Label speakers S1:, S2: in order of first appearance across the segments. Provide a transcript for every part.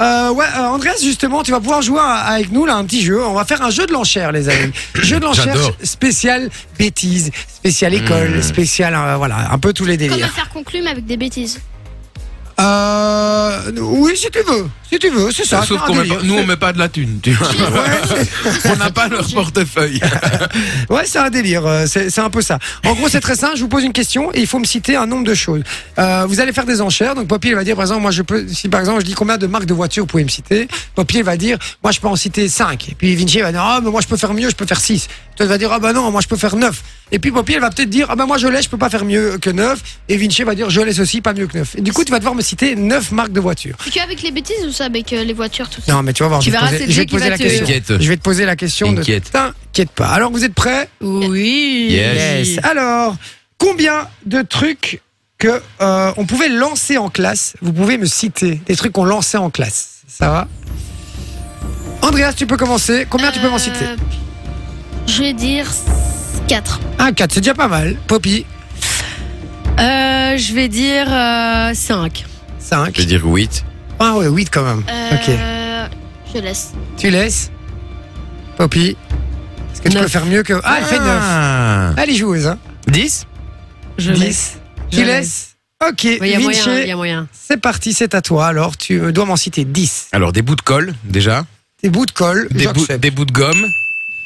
S1: Euh, ouais, euh, Andreas, justement, tu vas pouvoir jouer à- avec nous là un petit jeu. On va faire un jeu de l'enchère, les amis. jeu de l'enchère
S2: J'adore. Mmh.
S1: spécial bêtises, spécial école, spécial euh, voilà, un peu tous les
S3: Comment
S1: délires.
S3: faire conclure avec des bêtises
S1: Euh, oui, si tu veux, si tu veux, c'est ça.
S2: Sauf
S1: faire un
S2: qu'on met
S1: délire.
S2: pas- nous, on met pas de la thune, tu vois. on n'a pas leur portefeuille.
S1: Ouais, c'est un délire, euh, c'est c'est un peu ça. En gros, c'est très simple, je vous pose une question et il faut me citer un nombre de choses. Euh, vous allez faire des enchères, donc Poppy, il va dire, par exemple, moi je peux, si par exemple je dis combien de marques de voitures vous pouvez me citer, Poppy, il va dire, moi je peux en citer 5. Et puis Vinci il va dire, ah, mais moi je peux faire mieux, je peux faire 6. Toi, tu vas dire, ah bah non, moi je peux faire 9. Et puis Poppy, elle va peut-être dire, ah bah moi je l'ai, je peux pas faire mieux que 9. Et Vinci va dire, je l'ai aussi, pas mieux que 9. Et du coup, tu vas devoir me citer 9 marques de voitures.
S3: C'est qu'avec les bêtises ou ça avec euh, les voitures, tout ça
S1: Non, mais tu vas voir,
S4: Tu
S1: je vais te poser-
S4: verras, c'est
S1: je vais
S4: Jay
S1: te poser la
S4: qui va te-
S1: question.
S2: T'inquiète.
S1: Je vais te poser la question de.
S2: T'inquiète.
S1: T'inquiète pas. Alors, vous êtes prêts
S4: Oui.
S2: Yes.
S1: Yes. Alors, combien de trucs que euh, on pouvait lancer en classe Vous pouvez me citer des trucs qu'on lançait en classe. Ça va Andreas, tu peux commencer. Combien tu peux m'en citer
S3: Euh, Je vais dire 4.
S1: Un 4, c'est déjà pas mal. Poppy,
S4: Euh, je vais dire euh, 5.
S1: 5.
S2: dire 8.
S1: Ah ouais, 8 quand même.
S4: Euh.
S1: Ok.
S3: Euh, Je laisse.
S1: Tu laisses Poppy, est-ce que tu
S4: Neuf.
S1: peux faire mieux que. Ah, elle fait 9. Elle est joueuse, hein
S2: 10
S4: Je laisse.
S1: 10.
S4: Je
S1: Tu laisses
S4: laisse.
S1: Ok,
S4: Il y
S1: Vinci,
S4: a moyen, il y a moyen.
S1: c'est parti, c'est à toi. Alors, tu euh, dois m'en citer 10.
S2: Alors, des bouts de colle, déjà.
S1: Des bouts de colle,
S2: Des, bouts-
S1: j'accepte.
S2: des bouts de gomme.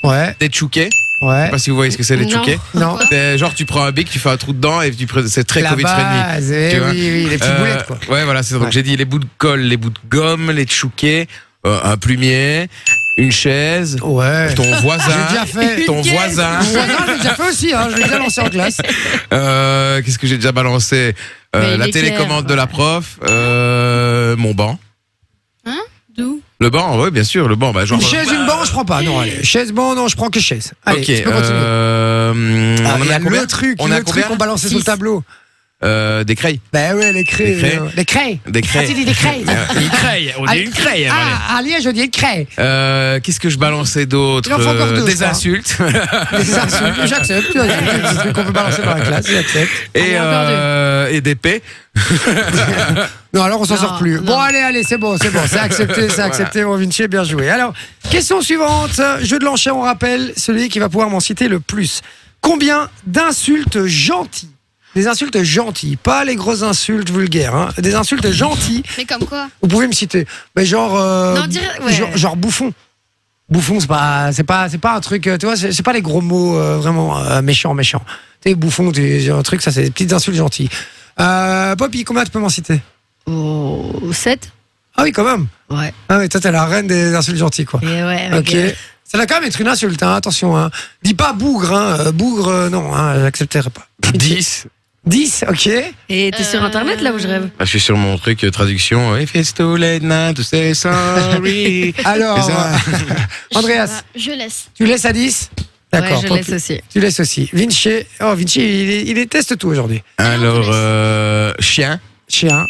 S1: Ouais,
S2: Des chouquets. Je
S1: ouais.
S2: sais pas si vous voyez ce que c'est, les
S4: Non.
S2: chouquets.
S1: Non.
S2: C'est Genre, tu prends un bic, tu fais un trou dedans et tu prends- c'est très
S1: La
S2: Covid-friendly.
S1: base, eh
S2: tu vois.
S1: oui, oui, les petites
S2: Euh,
S1: boulettes, quoi.
S2: Ouais, voilà, c'est donc
S1: Ouais.
S2: j'ai dit les bouts de colle, les bouts de gomme, les chouquets, euh, un plumier, une chaise,
S1: Ouais.
S2: ton voisin.
S1: J'ai déjà fait.
S2: Ton
S4: Une
S2: voisin.
S1: Mon voisin, je l'ai déjà fait aussi, hein, je l'ai déjà lancé en classe.
S2: Euh, Qu'est-ce que j'ai déjà balancé Euh,
S4: Mais il
S2: La
S4: est
S2: télécommande
S4: clair.
S2: de la prof, euh, mon banc.
S3: D'où
S2: Le banc, oui, bien sûr, le banc. Bah, genre,
S1: Une chaise, une banque, je prends pas. Non, allez. Chaise, bon, non, je prends que chaise. Allez,
S2: ok,
S1: tu peux continuer.
S2: euh, hum,
S1: Ah,
S2: on en
S1: il y
S2: a
S1: a
S2: combien
S1: le truc,
S2: On
S1: le
S2: a
S1: truc
S2: combien
S1: qu'on balançait sur le
S4: Six.
S1: tableau.
S2: Euh, Des crayes.
S1: Ben ouais, les craies.
S2: Les craies.
S1: euh, Les craies.
S2: Des
S1: Ah, tu
S2: craies.
S1: dis des craies.
S2: Euh, une craie, on dit
S1: Allez.
S2: une craie. voilà.
S1: Ah, à Liège, je dis une craie.
S2: Euh, Qu'est-ce que je balançais d'autre
S1: Il en faut encore
S2: Euh,
S1: deux, je
S2: Des
S1: crois.
S2: insultes.
S1: Des insultes, J'accepte. tu vois, C'est des petits trucs qu'on peut balancer dans la classe, j'accepte.
S2: et,
S4: Allez, encore deux.
S2: euh, et des paix.
S1: Non, alors on s'en
S4: Non,
S1: sort plus. Bon,
S4: non.
S1: allez, allez, c'est bon, c'est bon. C'est accepté, c'est accepté, mon Vinci, bien joué. Alors, question suivante. Jeu de l'enchère, on rappelle, celui qui va pouvoir m'en citer le plus. Combien d'insultes gentilles des insultes gentilles, pas les grosses insultes vulgaires, hein, des insultes gentilles,
S3: Mais comme quoi
S1: vous pouvez me citer. Mais genre, euh,
S4: Non, dire- ouais.
S1: genre, genre bouffon. Bouffon, c'est pas, c'est pas, c'est pas un truc, euh, tu vois, c'est c'est pas les gros mots euh, vraiment euh, méchants, méchants. T'es bouffon, t'es un truc, ça, c'est des petites insultes gentilles. Euh, Poppy, combien tu peux m'en citer
S4: 7
S1: Ah oui, quand même.
S4: Ouais.
S1: Ah mais toi t'es la reine des insultes gentilles quoi.
S4: Et ouais.
S1: Ok. Ça doit quand même être une insulte, hein, attention. Hein. Dis pas bougre, hein. euh, bougre, euh, non, hein, j'accepterai pas.
S2: 10.
S1: 10, ok.
S4: Et t'es sur internet là où je rêve
S2: Ah, je suis sur mon truc, euh, traduction. euh, If it's too late now to say sorry.
S1: Alors,
S2: C'est ça.
S1: euh,
S3: Je-
S1: Andreas.
S3: Je laisse.
S1: tu laisses à 10 D'accord,
S4: Ouais, je
S1: tant
S4: laisse
S1: pis.
S4: aussi.
S1: tu laisses aussi. Vinci, oh, Vinci il, est- il est teste tout aujourd'hui.
S2: Alors, euh, chien,
S1: Chien,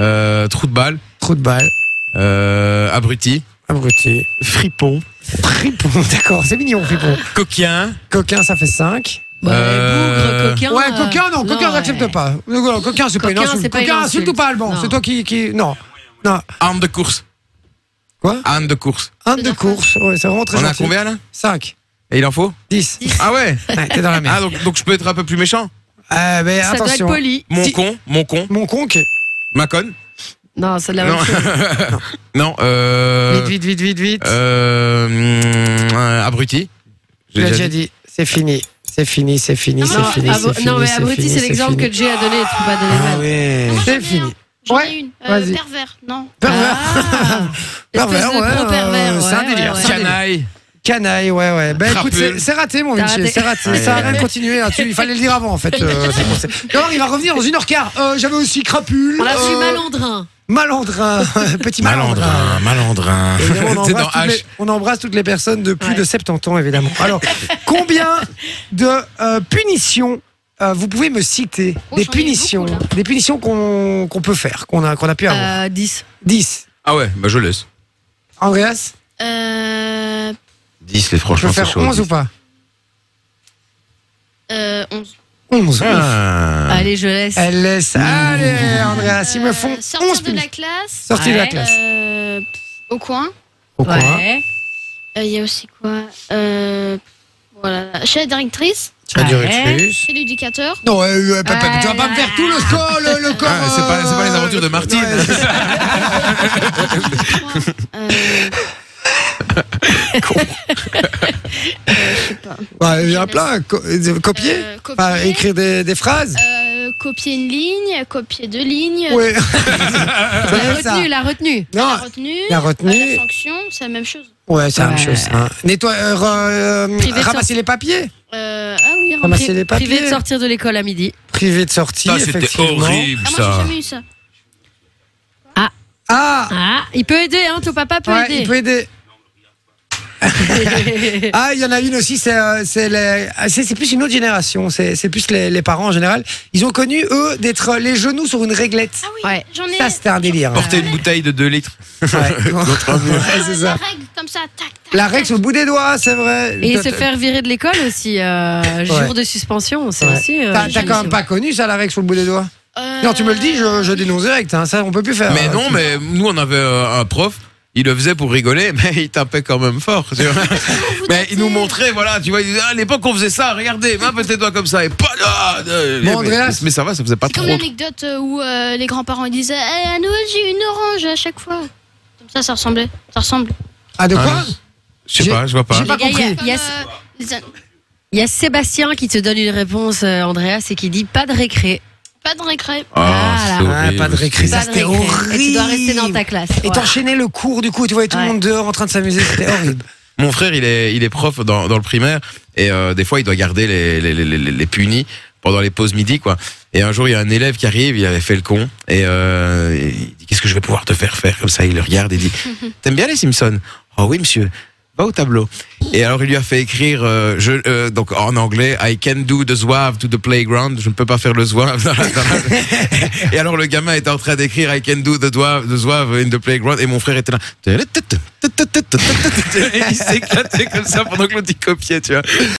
S2: euh, trou de balle,
S1: trou de balle,
S2: euh, abruti,
S1: abruti,
S2: fripon,
S1: fripon, d'accord, c'est mignon, fripon.
S2: coquin,
S1: Coquin, ça fait 5.
S4: Ouais,
S2: Euh,
S4: bougre, coquin.
S1: Ouais,
S4: euh,
S1: coquin, non, coquin,
S4: ouais.
S1: j'accepte pas. Non, non, Coquin, c'est pas une
S4: Coquin,
S1: insulte.
S4: c'est pas une
S1: Coquin, insulte ou pas, Alban
S4: Non.
S1: C'est toi qui, qui. Non. Non,
S2: âne de course.
S1: Quoi
S2: Âne de course.
S1: un de course, ouais, c'est vraiment très
S2: On a
S1: gentil.
S2: combien là
S1: 5,
S2: Et il en faut
S1: 10.
S2: Ah ouais
S1: Ouais, t'es dans la merde.
S2: Ah donc, donc je peux être un peu plus méchant
S1: Euh, mais
S4: Ça doit être
S1: attention.
S4: poli.
S2: Mon
S1: Ti-
S2: con, mon con,
S1: Mon con qui.
S2: ma conne.
S4: Non, c'est de la
S2: Non,
S4: même chose.
S2: non euh,
S1: Vite, vite, vite, vite, vite.
S2: euh, mm, euh, abruti.
S1: Je l'ai déjà dit. C'est fini. C'est fini, c'est fini, c'est
S4: Non,
S1: fini.
S4: abo-
S1: c'est fini,
S4: non, mais
S1: c'est
S4: abruti,
S1: fini,
S4: c'est l'exemple que Jay a donné. Tu peux pas donner le
S1: Ah
S4: même.
S1: ouais.
S3: Moi, j'en ai
S1: C'est fini.
S3: un. J'en
S1: Ouais,
S3: ai une. Euh,
S1: vas-y.
S3: pervers, non.
S1: Pervers.
S4: Ah,
S1: Pervers,
S4: espèce de
S1: ouais,
S4: gros
S1: euh,
S4: pervers,
S1: c'est un
S4: ouais,
S1: délire,
S4: ouais,
S1: c'est un
S4: ouais.
S1: délire.
S2: Canaille.
S1: Canaille, ouais, ouais. Ben écoute,
S2: Crapule.
S1: c'est c'est raté, mon
S4: T'as
S1: Vinci.
S4: raté.
S1: C'est raté.
S2: Ouais,
S1: Ça a
S2: ouais.
S1: rien de continuer là-dessus. Il fallait le dire avant, en fait. euh, c'est pour ça. Alors, il va revenir dans une heure quart. Euh, J'avais aussi crapule.
S4: On l'a
S1: euh,
S4: vu malandrin.
S1: Malandrin. Petit malandrin.
S2: Malandrin, malandrin.
S1: Et évidemment, on,
S2: C'est
S1: embrasse
S2: dans
S1: toutes les-
S2: H.
S1: on embrasse toutes les personnes de plus
S4: Ouais.
S1: de 70 ans, évidemment. Alors, combien de euh, punitions euh, vous pouvez me citer
S3: Oh,
S1: Des
S3: j'en ai
S1: punitions,
S3: beaucoup,
S1: des punitions qu'on qu'on peut faire, qu'on a, qu'on a pu avoir.
S4: Euh, 10.
S1: 10.
S2: Ah ouais, bah je laisse.
S1: Andreas,
S3: Euh.
S2: 10 les
S1: je peux
S2: franchement
S1: faire 11 ou pas
S3: Euh. 11.
S2: Ah.
S1: 11. Ah.
S4: Allez, je laisse.
S2: Mmh.
S1: Elle laisse. Allez, Andreas, ils me font
S3: Euh, Sortir
S1: 11
S3: de la
S1: punitions.
S3: classe.
S1: Sortie de la
S4: Ouais.
S1: classe.
S3: Euh. Au coin.
S1: Pourquoi
S4: Ouais.
S3: Euh, Il y a aussi quoi euh, Voilà. Chez la directrice,
S1: Ça dure une
S4: Ouais.
S1: plus.
S3: chez l'éducateur.
S1: Non, euh, euh, papa,
S4: Ouais,
S1: tu vas pas me faire tout le corps, le, le corps.
S2: Ah, c'est pas- c'est pas les
S1: euh,
S2: aventures de Martine.
S1: ouais, c'est ça.
S3: Euh, euh, je sais pas.
S1: Ouais, Il y en a plein. co- euh, Copier
S3: Euh,
S1: Enfin,
S3: copier,
S1: Écrire des, des phrases
S3: euh, copier une ligne, copier deux
S4: Ah,
S3: lignes.
S1: Oui.
S4: La
S1: C'est ça.
S4: retenue, la retenue.
S1: Non,
S3: La retenue.
S1: la retenue.
S3: euh, la sanction, c'est la même chose.
S1: ouais, c'est la même
S4: Ouais.
S1: chose. hein. Nettoie, euh, re- euh,
S4: Privé de
S1: ramasser les papiers.
S3: Euh, ah oui, rem-
S1: Ramasser les papiers.
S4: Privé de sortir de l'école à midi.
S1: Privé de sortie.
S2: Ça, c'était
S1: effectivement.
S2: horrible,
S3: Ah, moi, j'ai
S2: ça.
S3: jamais eu ça.
S1: Ah,
S4: Ah, il peut aider, hein, ton papa peut
S1: ouais, il
S4: aider.
S1: peut aider. Ah, il y en a une aussi, c'est euh, c'est les- ah, c'est- c'est plus une autre génération, c'est c'est plus les, les parents en général. Ils ont connu, eux, d'être les genoux sur une réglette.
S3: Ah oui,
S4: Ouais.
S3: j'en ai.
S1: Ça, c'était un délire. hein.
S2: Porter une bouteille de 2 litres.
S1: Ouais. Ouais, c'est ça.
S3: Ah, La règle, comme ça, tac, tac.
S1: La règle sur le bout des doigts, c'est vrai.
S4: Et
S1: Toi,
S4: se
S1: t'as-
S4: faire virer de l'école aussi, euh, jour
S1: Ouais.
S4: de suspension, c'est
S1: Ouais.
S4: aussi. euh,
S1: T'as t'as quand même pas connu ça, la règle sur le bout des doigts
S3: Euh,
S1: Non, tu me le dis, je, je dénonce direct. hein, ça, on peut plus faire.
S2: Mais
S1: Euh,
S2: non, mais nous, on avait euh, un prof. Il le faisait pour rigoler, mais il tapait quand même fort. tu vois. mais il nous montrait, voilà, tu vois, il disait, Ah, à l'époque on faisait ça, regardez, va tes doigts comme ça, et pas là euh,
S1: Bon,
S2: mais,
S1: Andreas.
S2: mais ça va, ça faisait pas
S3: C'est
S2: trop.
S3: comme l'anecdote euh, où euh, les grands-parents disaient Eh, à Noël, j'ai une orange à chaque fois. Comme ça, ça ressemblait. Ça ressemble.
S1: Ah, de quoi
S2: Ah, Je sais pas, je vois pas.
S1: J'ai pas
S4: Les gars,
S1: compris.
S4: Il y a-
S3: Comme, euh, les an-
S4: Il y a Sébastien qui te donne une réponse, euh, Andreas, et qui dit pas de récré.
S3: Pas de récré.
S2: Ah, c'est
S1: Ah,
S2: horrible,
S1: pas de récré,
S2: c'est-
S1: ça.
S4: Pas de
S1: c'était
S4: récré. Et tu dois
S1: horrible.
S4: rester dans ta classe.
S1: Et
S4: Ouais.
S1: t'enchaînais le cours, du coup, tu voyais tout le
S4: Ouais.
S1: monde dehors en train de s'amuser, c'était horrible.
S2: Mon frère, il est, il est prof dans, dans le primaire et euh, des fois, il doit garder les, les, les, les- les punis pendant les pauses midi, quoi. Et un jour, il y a un élève qui arrive, il avait fait le con et euh, il dit qu'est-ce que je vais pouvoir te faire faire comme ça. Il le regarde et dit t'aimes bien les Simpsons Oh oui, monsieur. Va au tableau. Et alors il lui a fait écrire euh, je, euh, donc en anglais I can do the zouave to the playground. Je ne peux pas faire le zouave. dans la- dans la- et alors le gamin était en train d'écrire I can do the zouave, the zouave in the playground. Et mon frère était là. Et il s'éclatait comme ça pendant que l'autre il copiait, tu vois.